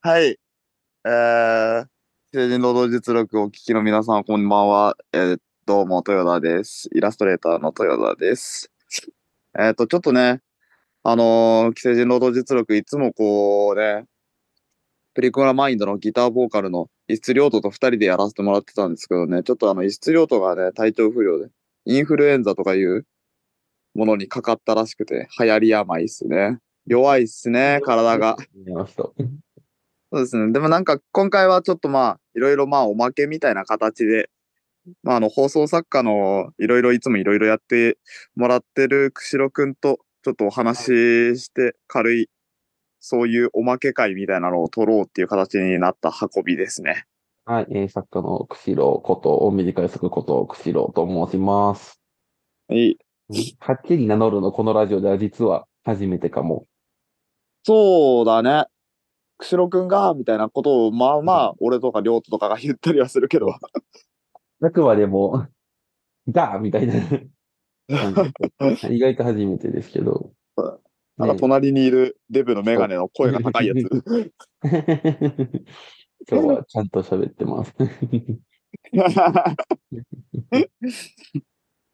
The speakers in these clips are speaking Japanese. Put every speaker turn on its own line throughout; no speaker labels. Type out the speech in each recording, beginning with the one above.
はい。えー、成人労働実録をお聞きの皆さん、こんばんは。えー、どうも、豊田です。イラストレーターの豊田です。えっ、と、ちょっとね、あのー、成人労働実録、いつもこうね、プリクラマインドのギターボーカルの石津亮斗と二人でやらせてもらってたんですけどね、ちょっとあの、石津亮斗がね、体調不良で、インフルエンザとかいうものにかかったらしくて、流行り病っすね。弱いっすね、体が。。
あの人。
そうですね。でもなんか今回はちょっとまあいろいろまあおまけみたいな形で、まああの放送作家のいろいろいつもいろいろやってもらってる釧路くんとちょっとお話しして軽いそういうおまけ会みたいなのを撮ろうっていう形になった運びですね。
はい、えー作家の釧路こと、大短い作こと、釧路と申します。
はい。
はっきり名乗るの、このラジオでは実は初めてかも。
そうだね。釧路くんがみたいなことをまあまあ俺とか亮斗とかが言ったりはするけど。
あくまでも、だみたいな感じで。意外と初めてですけど。
なんか
ね
隣にいるデブのメガネの声が高いや つ。
今日はちゃんと喋ってます。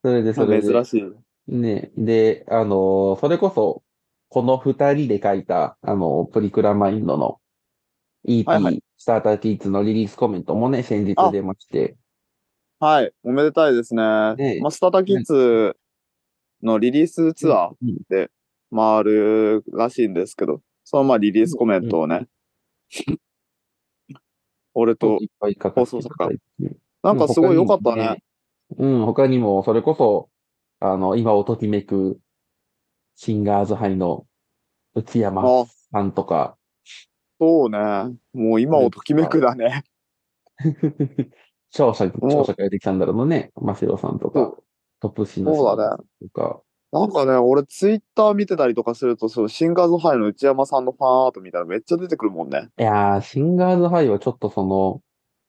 それで、それで。
珍しい。
ね、で、あの、それこそ、この二人で書いた、あの、プリクラマインドの EP、
はいはい
スターターキッズのリリースコメントもね、先日
あ
出まして、
はい、おめでたいですね。
ねえ
まあ、スタタキッズのリリースツア
うん
ーで回るらしいんですけど、そのまあリリースコメントをね、俺と、
いっぱい書かせていただいて。
なんかすごい良かったね。
うん、他にも、それこそ、あの、今をときめく、シンガーズハイの内山
あ、
さんとか、
そうね。もう今をときめくだね。
聴者、
う
聴者からできたんだろうね、マシロさんとか、トップシーナ
そう
さ
だ
んとか、
なんかね、俺ツイッター見てたりとかすると、そのシンガーズハイの内山さんのファンアートみたいなのめっちゃ出てくるもんね。
いやー、シンガーズハイはちょっとその、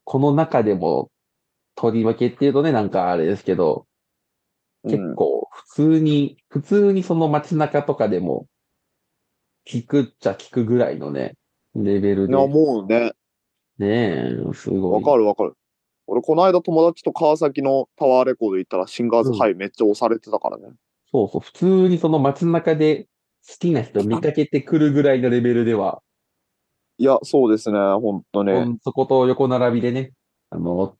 この中でも、とりわけっていうとね、なんかあれですけど、
うん
結構、普通に、普通にその街中とかでも、聞くっちゃ聞くぐらいのね、レベル
い
で
や、。もうね、
ねえ、すご
わ
い。
かるわかる。俺、この間友達と川崎のタワーレコード行ったら、シンガーズハイめっちゃ押されてたからね。
そうそう、普通にその街中で好きな人見かけてくるぐらいのレベルでは、
いや、そうですね、ほんと
ほ
ね。
んそこと横並びでね、あの、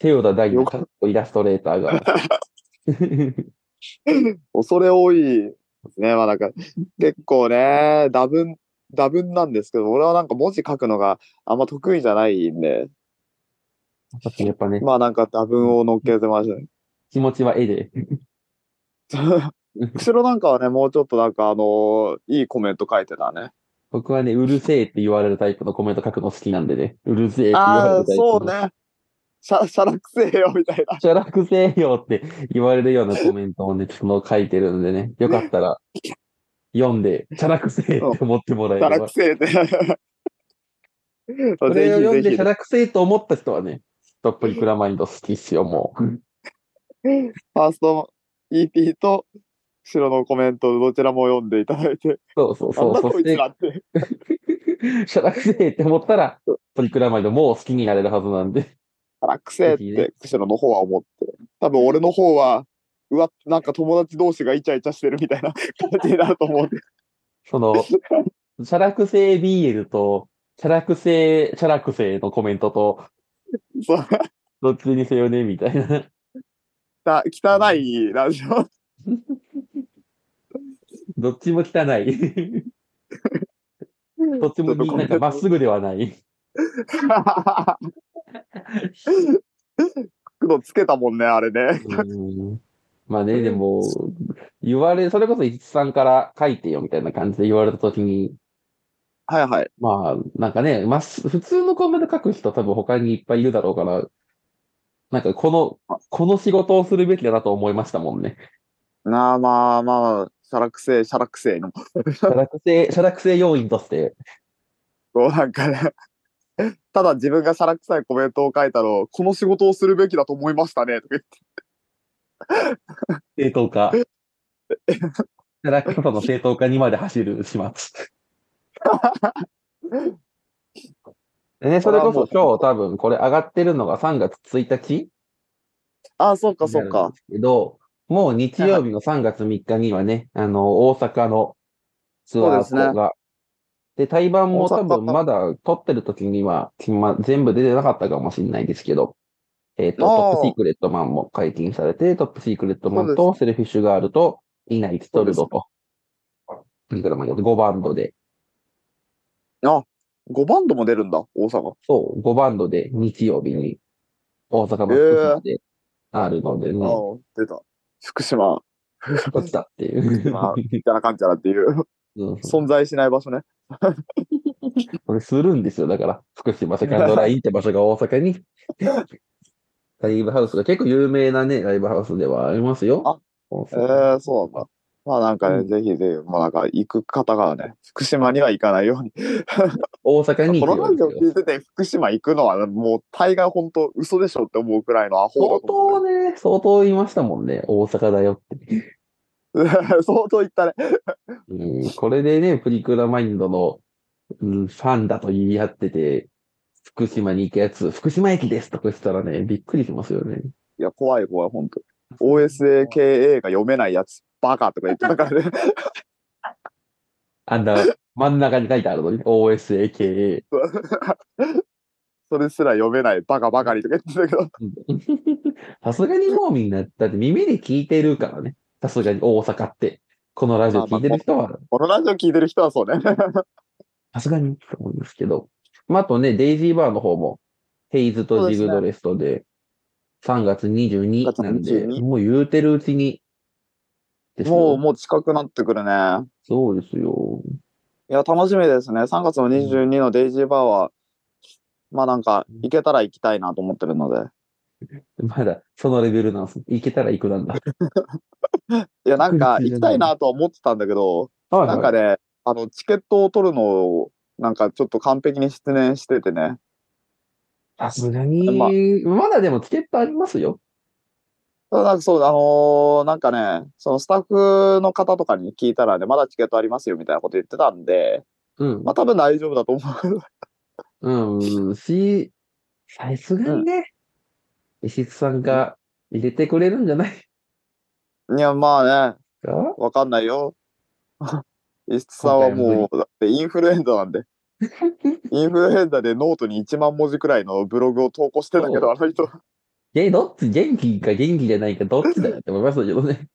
セオダ大の
よか
イラストレータ ーが。
恐れ多いですね。まあなん か、結構ね、多分、多分なんですけど、俺はなんか文字書くのがあんま得意じゃないんで、
やっぱね、
まあなんか多分を乗っけてましたね。
気持ちは絵で。
後ろなんかはね、もうちょっとなんかあのーいいコメント書いてたね。
僕はね、うるせえって言われるタイプのコメント書くの好きなんでね。うるせえって言われ
ああ
る
ー、
タイプの。
そう。ね。し ゃ、しゃらくせえよ、みたいな。
しゃらくせえよって言われるようなコメントをね、その書いてるんでね。よかったら、読んで、しゃらくせえって思ってもらえ
しゃ
れ
ら
ば
く。せえって。
それを
ぜひ
読
ぜ
んで、
ひ
しゃらくせえと思った人はね、トップリクラマインド好きっすよ、もう。
ファースト EP と後ろのコメントどちらも読んでいただいて、
そうそう
あん
そ
な
う。そ
こ
し
いつ
て、
らって。
しゃらくせえって思ったら、トップリクラマインドもう好きになれるはずなんで。
あら、くせえっ
ぜひね
て、後ろの方は思って。多分俺の方は、うわ、なんか友達同士がイチャイチャしてるみたいな 感じになると思うんで。
その、しゃらくせえ BL と、しゃらくせえ、しゃらくせえのコメントと、
そう
どっちにせよね、みたいな。
た汚いラジオ。
どっちも 汚い。どっちも
ちょっとコメ
なん
ント
かまっすぐではない。
黒つけたもんね、あれね。
うんまあね、でも、言われ、それこそ一さんから書いてよみたいな感じで言われたときに、
はいはい。
まあ、なんかね、まっす普通のコメント書く人多分他にいっぱいいるだろうから、なんかこの、この仕事をするべきだなと思いましたも んね。
なあまあまあ、しゃらくせえ、しゃらくせえの。
社楽性、社楽性要因として、
こうなんかね、ただ自分がしゃらくさいコメントを書いたのを、この仕事をするべきだと思いましたね、とか言って
正当化。 社楽さの正当化にまで走る始末。でね、それこそ
これは
今日多分これ上がってるのが3月1日
あ、そうか、そう
なん
か
で。すけど、もう日曜日の3月3日にはね、あの、大阪のツア
そうです
ーが。で、対バンも多
大阪
分まだ撮ってる時には、ま、全部出てなかったかもしれないですけど、えっ、と、
あー
トップシークレットマンも解禁されて、トップシークレットマン
そ
とセルフィッシュガールとイナイツトルドと、いくらまで5バンドで、
あ、5バンドも出るんだ、大阪。
そう、5バンドで日曜日に大阪の福島であるのでね、
あ出た。福島、
どっちだっていう。
まあ、みたいな感じだなっていう、
うん
存在しない場所ね。
これするんですよ。だから、福島セカンドラインって場所が大阪に、ライブハウスが結構有名なね、ライブハウスではありますよ。
あ
大阪
ええそうなんだ。まあなんかね、
うん
ぜひぜひ、もうなんか行く方がね、福島には行かないように。
大阪に
こ
行
の
く
ラジオ
ように
聞いてて福島行くのはもう大概本当嘘でしょって思うくらいのアホだ
相
と思
当
う。
ね、相当言いましたもんね。大阪だよって。
相当言ったね。
うん、これでね、プリクラマインドの、うん、ファンだと言い合ってて、福島に行くやつ、福島駅ですとかしたらね、びっくりしますよね。
いや、怖い怖い、本当 OSAKA が読めないやつ、バカとか言ってたから ね。
あんな、真ん中に書いてあるのに、OSAKA。
それすら読めないバカばかりとか言ってたけど。
さすがにもうみんな、だって耳で聞いてるからね。さすがに大阪って。このラジオ聞いてる人は、
このラジオ聞いてる人はそうね。
さすがにと思うんですけど。まあ、あとね、デイジーバーの方も、ヘイズとジグドレストで、3月22なんで、
3月22
もう言うてるうちに、ですよ
もう、もう近くなってくるね。
そうですよ。
いや、楽しみですね。3月の22のデイジーバーは、まあなんか、行けたら行きたいなと思ってるので。
まだ、そのレベルなんです。行けたら行くなんだ。
いや、なんか、
確実じ
行
ゃ
き
ない
たいなとは思ってたんだけど、
は い
なんか
はい。
ね、あの、チケットを取るのを、なんかちょっと完璧に失念しててね。
さすがに、
ま
まだでもチケットありますよ。
ただなんかそう、あのーなんかね、そのスタッフの方とかに聞いたらね、まだチケットありますよみたいなこと言ってたんで、
うん
まあ。多分大丈夫だと思う。
うん、し、さすがにね、石津さんが入れてくれるんじゃない
いや、まあね、
か
わかんない よ。石津さんはもう、だってインフルエンザなん で。インフルエンザでノートに1万文字くらいのブログを投稿してんだけど、あの人、
え、どっち、元気か元気じゃないか、どっちだよって思いましたけどね。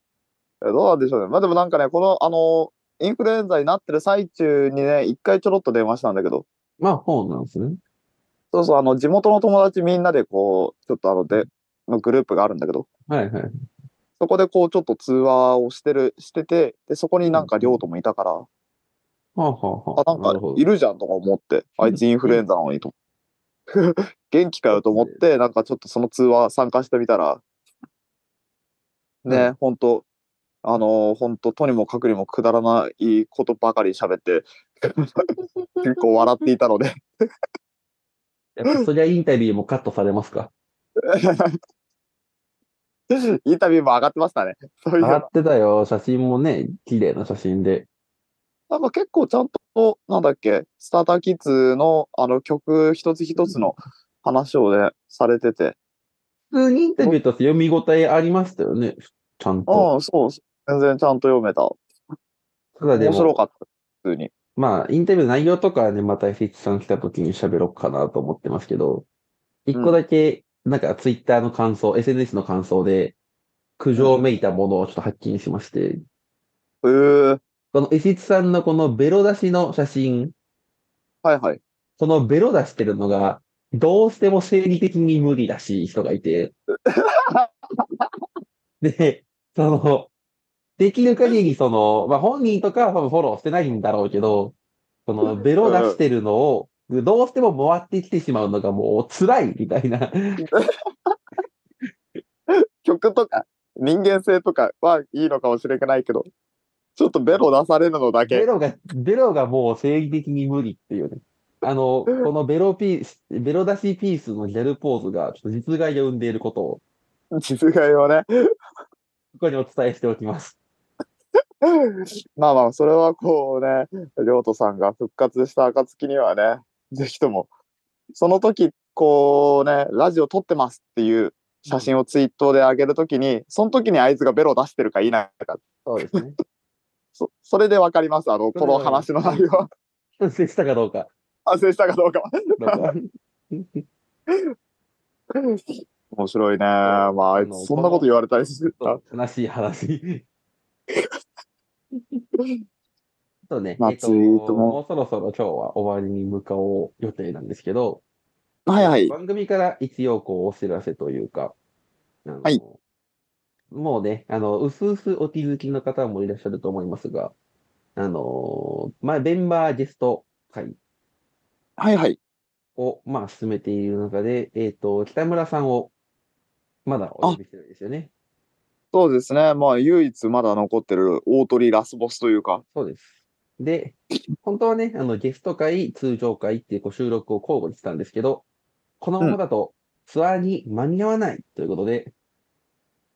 えどうなんでしょうね。まあでもなんかね、この、あの、インフルエンザになってる最中にね、一回ちょろっと電話したんだけど、
まあ、そうなんですね。
そうそう、あの、地元の友達みんなでこう、ちょっとあの、で、のグループがあるんだけど、
はいはい。
そこでこう、ちょっと通話をしてる、してて、で、そこになんか亮斗もいたから、
はあ、はあ、は
あ、なん
な
か
るほ、ど
い。るじゃんとか思って、あいつインフルエンザなのにと。元気かよと思って、なんかちょっとその通話参加してみたら、
う
ね、ほんと、あのー、ほんと、とにもかくにもくだらないことばかり喋って、結構笑っていたので、
やっぱ、そりゃインタビューもカットされますか。
インタビューも上がってましたね。そうい
上
う
がってたよ。写真もね、綺麗な写真で。
なんか結構ちゃんと、なんだっけ、スターターキッズのあの曲一つ一つの話をね、されてて、
普通にインタビューとして読み応えありましたよね。ちゃんと。
うん、そう、全然ちゃんと読めた。
ただで
面
も
白、かった、普通に。
まあ、インタビューの内容とかはね、また石津さん来た時に喋ろうかなと思ってますけど、一個だけ、なんかツイッターの感想、SNS の感想で、苦情めいたものをちょっと発見しまして、
へえ
この石津さんのこのベロ出しの写真、
はいはい。
このベロ出してるのが、どうしても生理的に無理らしい人がいて、 で、その、できる限りその、まあ、本人とかは多分フォローしてないんだろうけど、そのベロ出してるのを、どうしても回ってきてしまうのがもう辛いみたいな。
曲とか、人間性とかはいいのかもしれないけど、ちょっとベロ出されるのだ
ベ
け。
ロが、ベロがもう生理的に無理っていうね。あの、このベロピース、ベロ出しピースのギャルポーズが、ちょっと実害を生んでいることを、
実害はね。
ここにお伝えしておきます。
まあまあ、それはこうね、りょうとさんが復活した暁にはね、ぜひとも。その時、こうね、ラジオ撮ってますっていう写真をツイートで上げるときに、その時にあいつがベロ出してるか否か、
そうですね。
そそれでわかります、あの、この話の内容は、
反省したかど うか。
反省したかどうか は。
どうか
面白いね。まあ、あい
あの
つそんなこと言われたりしてた。
悲しい話。そうね、
まあ
えっと、
ツイートも
もうそろそろ今日は終わりに向かおう予定なんですけど、
はいはい。
番組から一応こうお知らせというか、あの
はい
もうね、あの、うすうすお気づきの方もいらっしゃると思いますが、あの、まあ、メンバーゲスト会
はいはい。
を、まあ、進めている中で、えっ、と、北村さんを、まだお呼びしてるんですよね。
そうですね。まあ、唯一まだ残ってる大鳥ラスボスというか。
そうです。で、本当はね、あの、ゲスト会、通常会っていうこう収録を交互にしてたんですけど、このままだとツアーに間に合わないということで、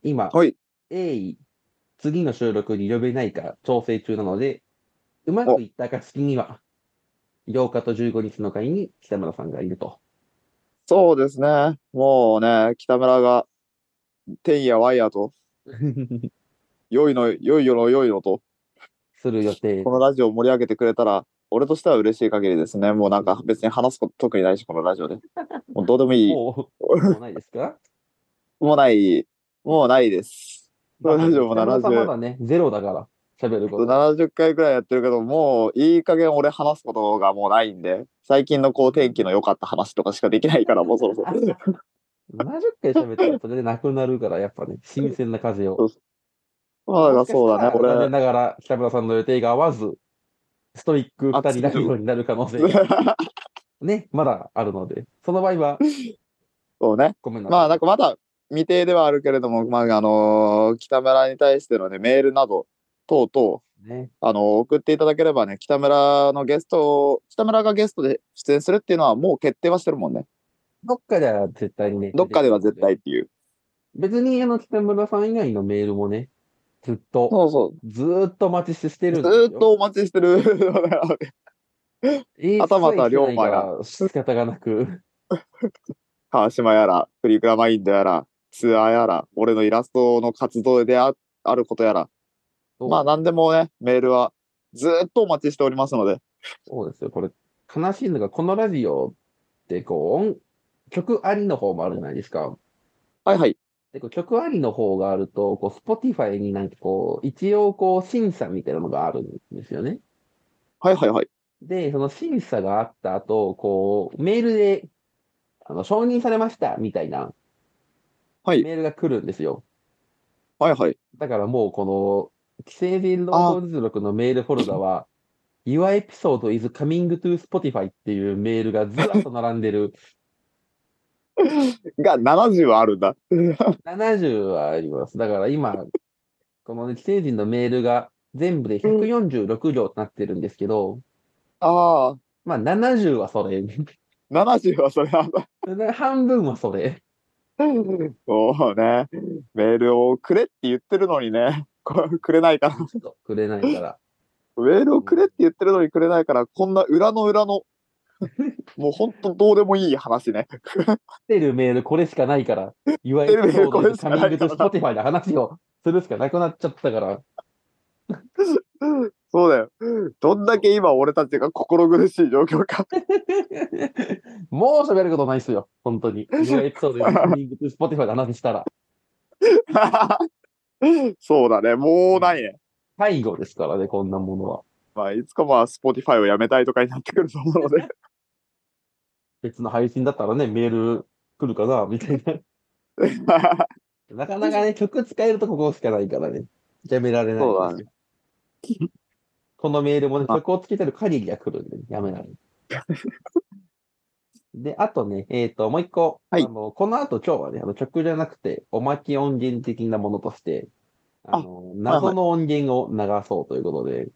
今、
はい
鋭意、次の収録に呼べないか調整中なので、うまくいった暁には、8日と15日の会に北村さんがいると。
そうですね。もうね、北村が、天やワイヤ と、良いの、良いよの良いのと、
する予定
こ。のラジオを盛り上げてくれたら、俺としては嬉しい限りですね。もうなんか別に話すこと特にないし、このラジオで。もうどうで もいい。
もう、もうないで すか
もうない、もうないです。このラジオも
まあ北
70
村さんまだね、ゼロだから、喋ること。
70回くらいやってるけど、もういい加減俺話すことがもうないんで、最近のこう天気の良かった話とかしかできないから、もうそろそろ。
70回喋ったらそれでなくなるから、やっぱね、新鮮な風を。
まあだからそうだね、
残念
俺。
ながら、北村さんの予定が合わず、ストイック2人になるようになる可能性が ね、まだあるので、その場合は、
そうね。
ごめんなさい。
まあなんかまだ未定ではあるけれども、まああの北村に対してのね、メールなど、等々、
ね、
あの送っていただければね、北村のゲストを、北村がゲストで出演するっていうのはもう決定はしてるもんね。
どっかでは絶対にね。
どっかでは絶対。っていう。
別に、あの、北村さん以外のメールもね、ずっと、
そうそう。
ずーっとお待ちしてるん
ず
ですよ。
ーっとお待ちして る。
えー、
頭田龍
龍
馬
馬
が
が仕方がなく、
川島やら、プリクラマインドやら、ツアーやら、俺のイラストの活動でああることやら、まあ何でもね、メールはずーっとお待ちしておりますので、
そうですよ。これ、悲しいのが、このラジオって、こう音、曲ありの方もあるじゃないですか。
はいはい。
で、こう曲ありの方があると、こう、Spotify になんかこう、一応こう、審査みたいなのがあるんですよね。
はいはいはい。
で、その審査があった後、こう、メールで、あの、承認されました、みたいな、
はい
メールが来るんですよ。
はいはい。
だからもう、この、規制ビル労働実力のメールフォルダ は、Your episode is coming to Spotify っていうメールがずらっと並んでる。
が、70はあるんだ。
70はあります。だから今、このね、既成人のメールが全部で146行となってるんですけど、
ああ、
まあ70はそれ、
70はそれ なんだ。
半分はそれ。
もうね、メールをくれって言ってるのにね、これくれないから。
ちょっとくれないから。
メールをくれって言ってるのにくれないから、こんな裏の裏の、もうほんとどうでもいい話ね。
来てるメールこれしかないから、いわゆ
来
る
てるメールこれし
カ
か
ミ
ない
ン
から
グと Spotify の話をするしかなくなっちゃったから、
そうだよ。どんだけ今俺たちが心苦しい状況か。
もう喋ることないっすよ、本当に。Your episode is coming to Spotify の話したら、
そうだね。もうないね。
最後ですからね、こんなものは。
まあ、いつかまあ、Spotify をやめたいとかになってくると思うので。
別の配信だったらね、メール来るかな、みたいな。なかなかね、曲使えるとここしかないからね。やめられないんですよ。
そうだ
このメールもね、
あ
曲をつけてる限りは来るんで、やめられ ない。で、あとね、えっ、と、もう一個、
はい
あの、この後今日はね、あの曲じゃなくて、おまけ音源的なものとして、あの、謎の音源を流そうということで、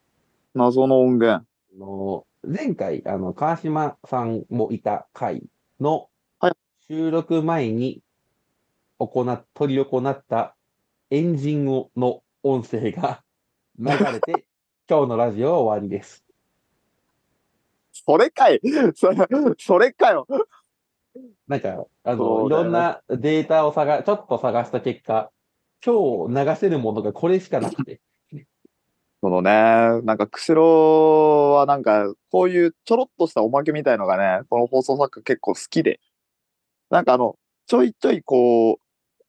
謎の音源。
あの、前回、あの、川島さんもいた回の
はい
収録前に行っ、取り行ったエンジンをの音 声が流れて、今日のラジオは終わりです。
それかいそれ、それかよ
なんか、あ
そ
の、
う
い
だよ
ろ
ね
んなデータを探、ちょっと探した結果、今日流せるものがこれしかなくて。
そのね、なんか、釧路はなんか、こういうちょろっとしたおまけみたいのがね、この放送作家結構好きで、なんかあの、ちょいちょいこう、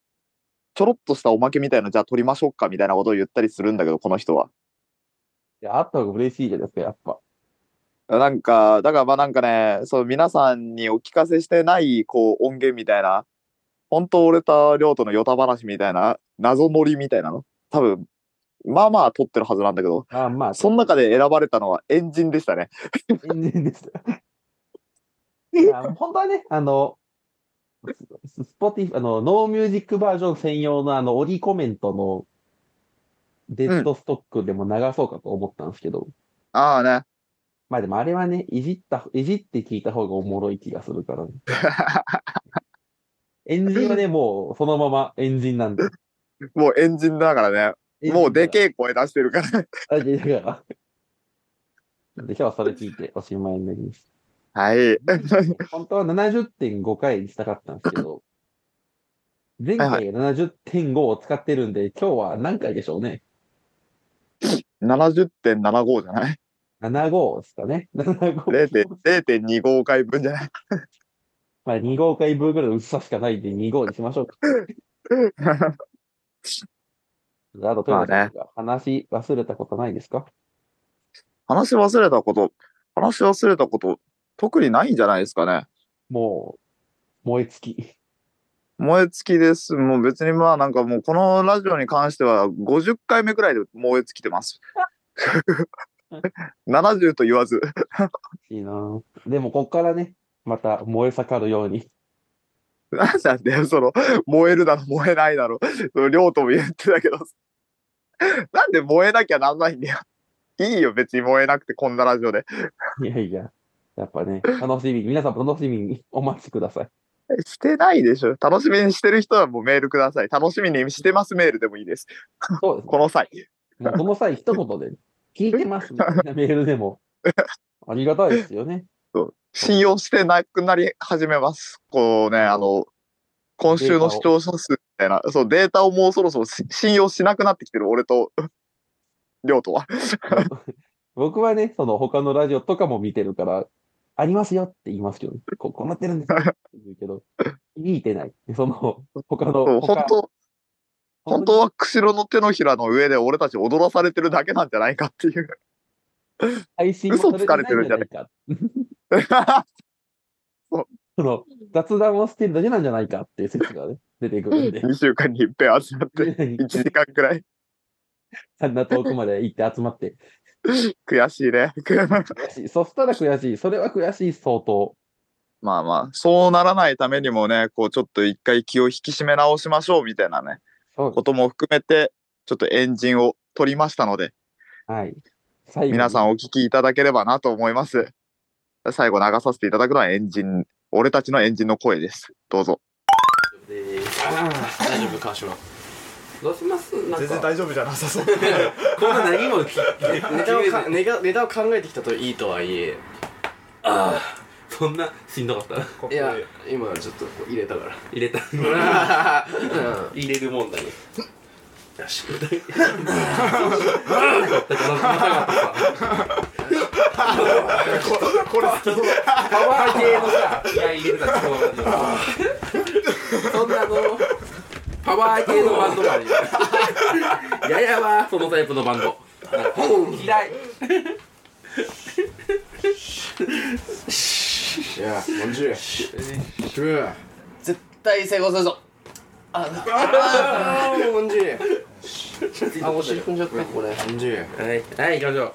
ちょろっとしたおまけみたいの、じゃあ撮りましょうかみたいなことを言ったりするんだけど、この人は。
いやあった方が嬉しいじゃないですか、やっぱ。
なんか、だからまあなんかね、そう皆さんにお聞かせしてないこう音源みたいな、本当俺と亮とのヨタ話みたいな、謎乗りみたいなの、多分、まあまあ撮ってるはずなんだけど、
まあまあ、
その中で選ばれたのはエンジンでしたね。
全然でした。いや本当はね、あの、ススポティフあの、ノーミュージックバージョン専用のあの、オリコメントのデッドストックでも流そうかと思ったんですけど、
ああね。
まあでもあれはね、いじった、いじって聞いた方がおもろい気がするか ら、ね、エンジンはね、もうそのままエンジンなんで。
もうエンジンだからね、もうでけ
え。
え声出してるから。
あでだから。なんで今日はそれ聞いておしまいになります。
はい。
本当は70.5回にしたかったんですけど、前回が70.5を使ってるんで、今日は何回でしょうね。
70.75じゃない
75ですかね。75。
?0.25回分じゃない
まあ2号回分ぐらいの薄さしかないんで2号にしましょうか。あと、
まあね
豊田さんが話忘れたことないですか
話し忘れたこと、話し忘れたこと、特にないんじゃないですかね。
もう、燃え尽き。
燃え尽きです。もう別にまあなんかもうこのラジオに関しては50回目くらいで燃え尽きてます。70と言わず。
いいなぁでも、こっからね、また燃え盛るように。
なんなんだよ、その、燃えるだろ、燃えないだろ。その、両とも言ってたけど。なんで燃えなきゃなんないんだよ。いいよ、別に燃えなくて、こんなラジオで。
いやいや、やっぱね、楽しみに、皆さんも楽しみにお待ちください。
してないでしょ。楽しみにしてる人はもうメールください。楽しみにしてますメールでもいいです。
そうですね
この際。
もうこの際、一言で、聞いてます みたいなメールでも、ありがたいですよね。
信用してなくなり始めます。こうね、あの、今週の視聴者数みたいな、そう、データをもうそろそろし信用しなくなってきてる、俺と、 りょうとは。
僕はね、その他のラジオとかも見てるから、ありますよって言いますけど、ここうなってるんですよって言うけど、響いてない。その、他
そう
の、
本
他
当、本当は釧路の手のひらの上で俺たち踊らされてるだけなんじゃないかっていう。
配信も
嘘
さ
つかれてるん
ん
じ
じ
ゃ
ゃ
な
ないいか。その、雑談をしてるだけなんじゃないかっていう説がね、出てくるん で。
2週間に一遍集まって、1時間くらい。
あんな遠くまで行って集ま って。
悔しいね。
悔しい。そしたら悔しい。それは悔しい、相当。
まあまあ、そうならないためにもね、こうちょっと一回気を引き締め直しましょうみたいなね、
そう
ことも含めて、ちょっとエンジンを取りましたので、
はい。最後に
皆さんお聞きいただければなと思います。最後流させていただくのはエンジン、俺たちのエンジンの声です。どうぞ。
大丈夫川島
どうしますなん
全然
か、
大丈夫じゃなさそう
こんな何も聞いて
ネタをかネタネタを考えてきたといいとはいえ
ああ、そんなしんどかった。
いや今ちょっと入れたから
入れた。
うん
入れるもんだね。
よし
だから、なかったさ。
これ好き
パワー系のさ、気合い入れてたそうなんだそんなあの、パワー系のバンドもあるよ。ややわ、そのタイプのバンド。なんか嫌い。
いや40や絶対成功するぞあああ40やあお尻踏んじゃったこれ40や
はい、はい、行きましょう。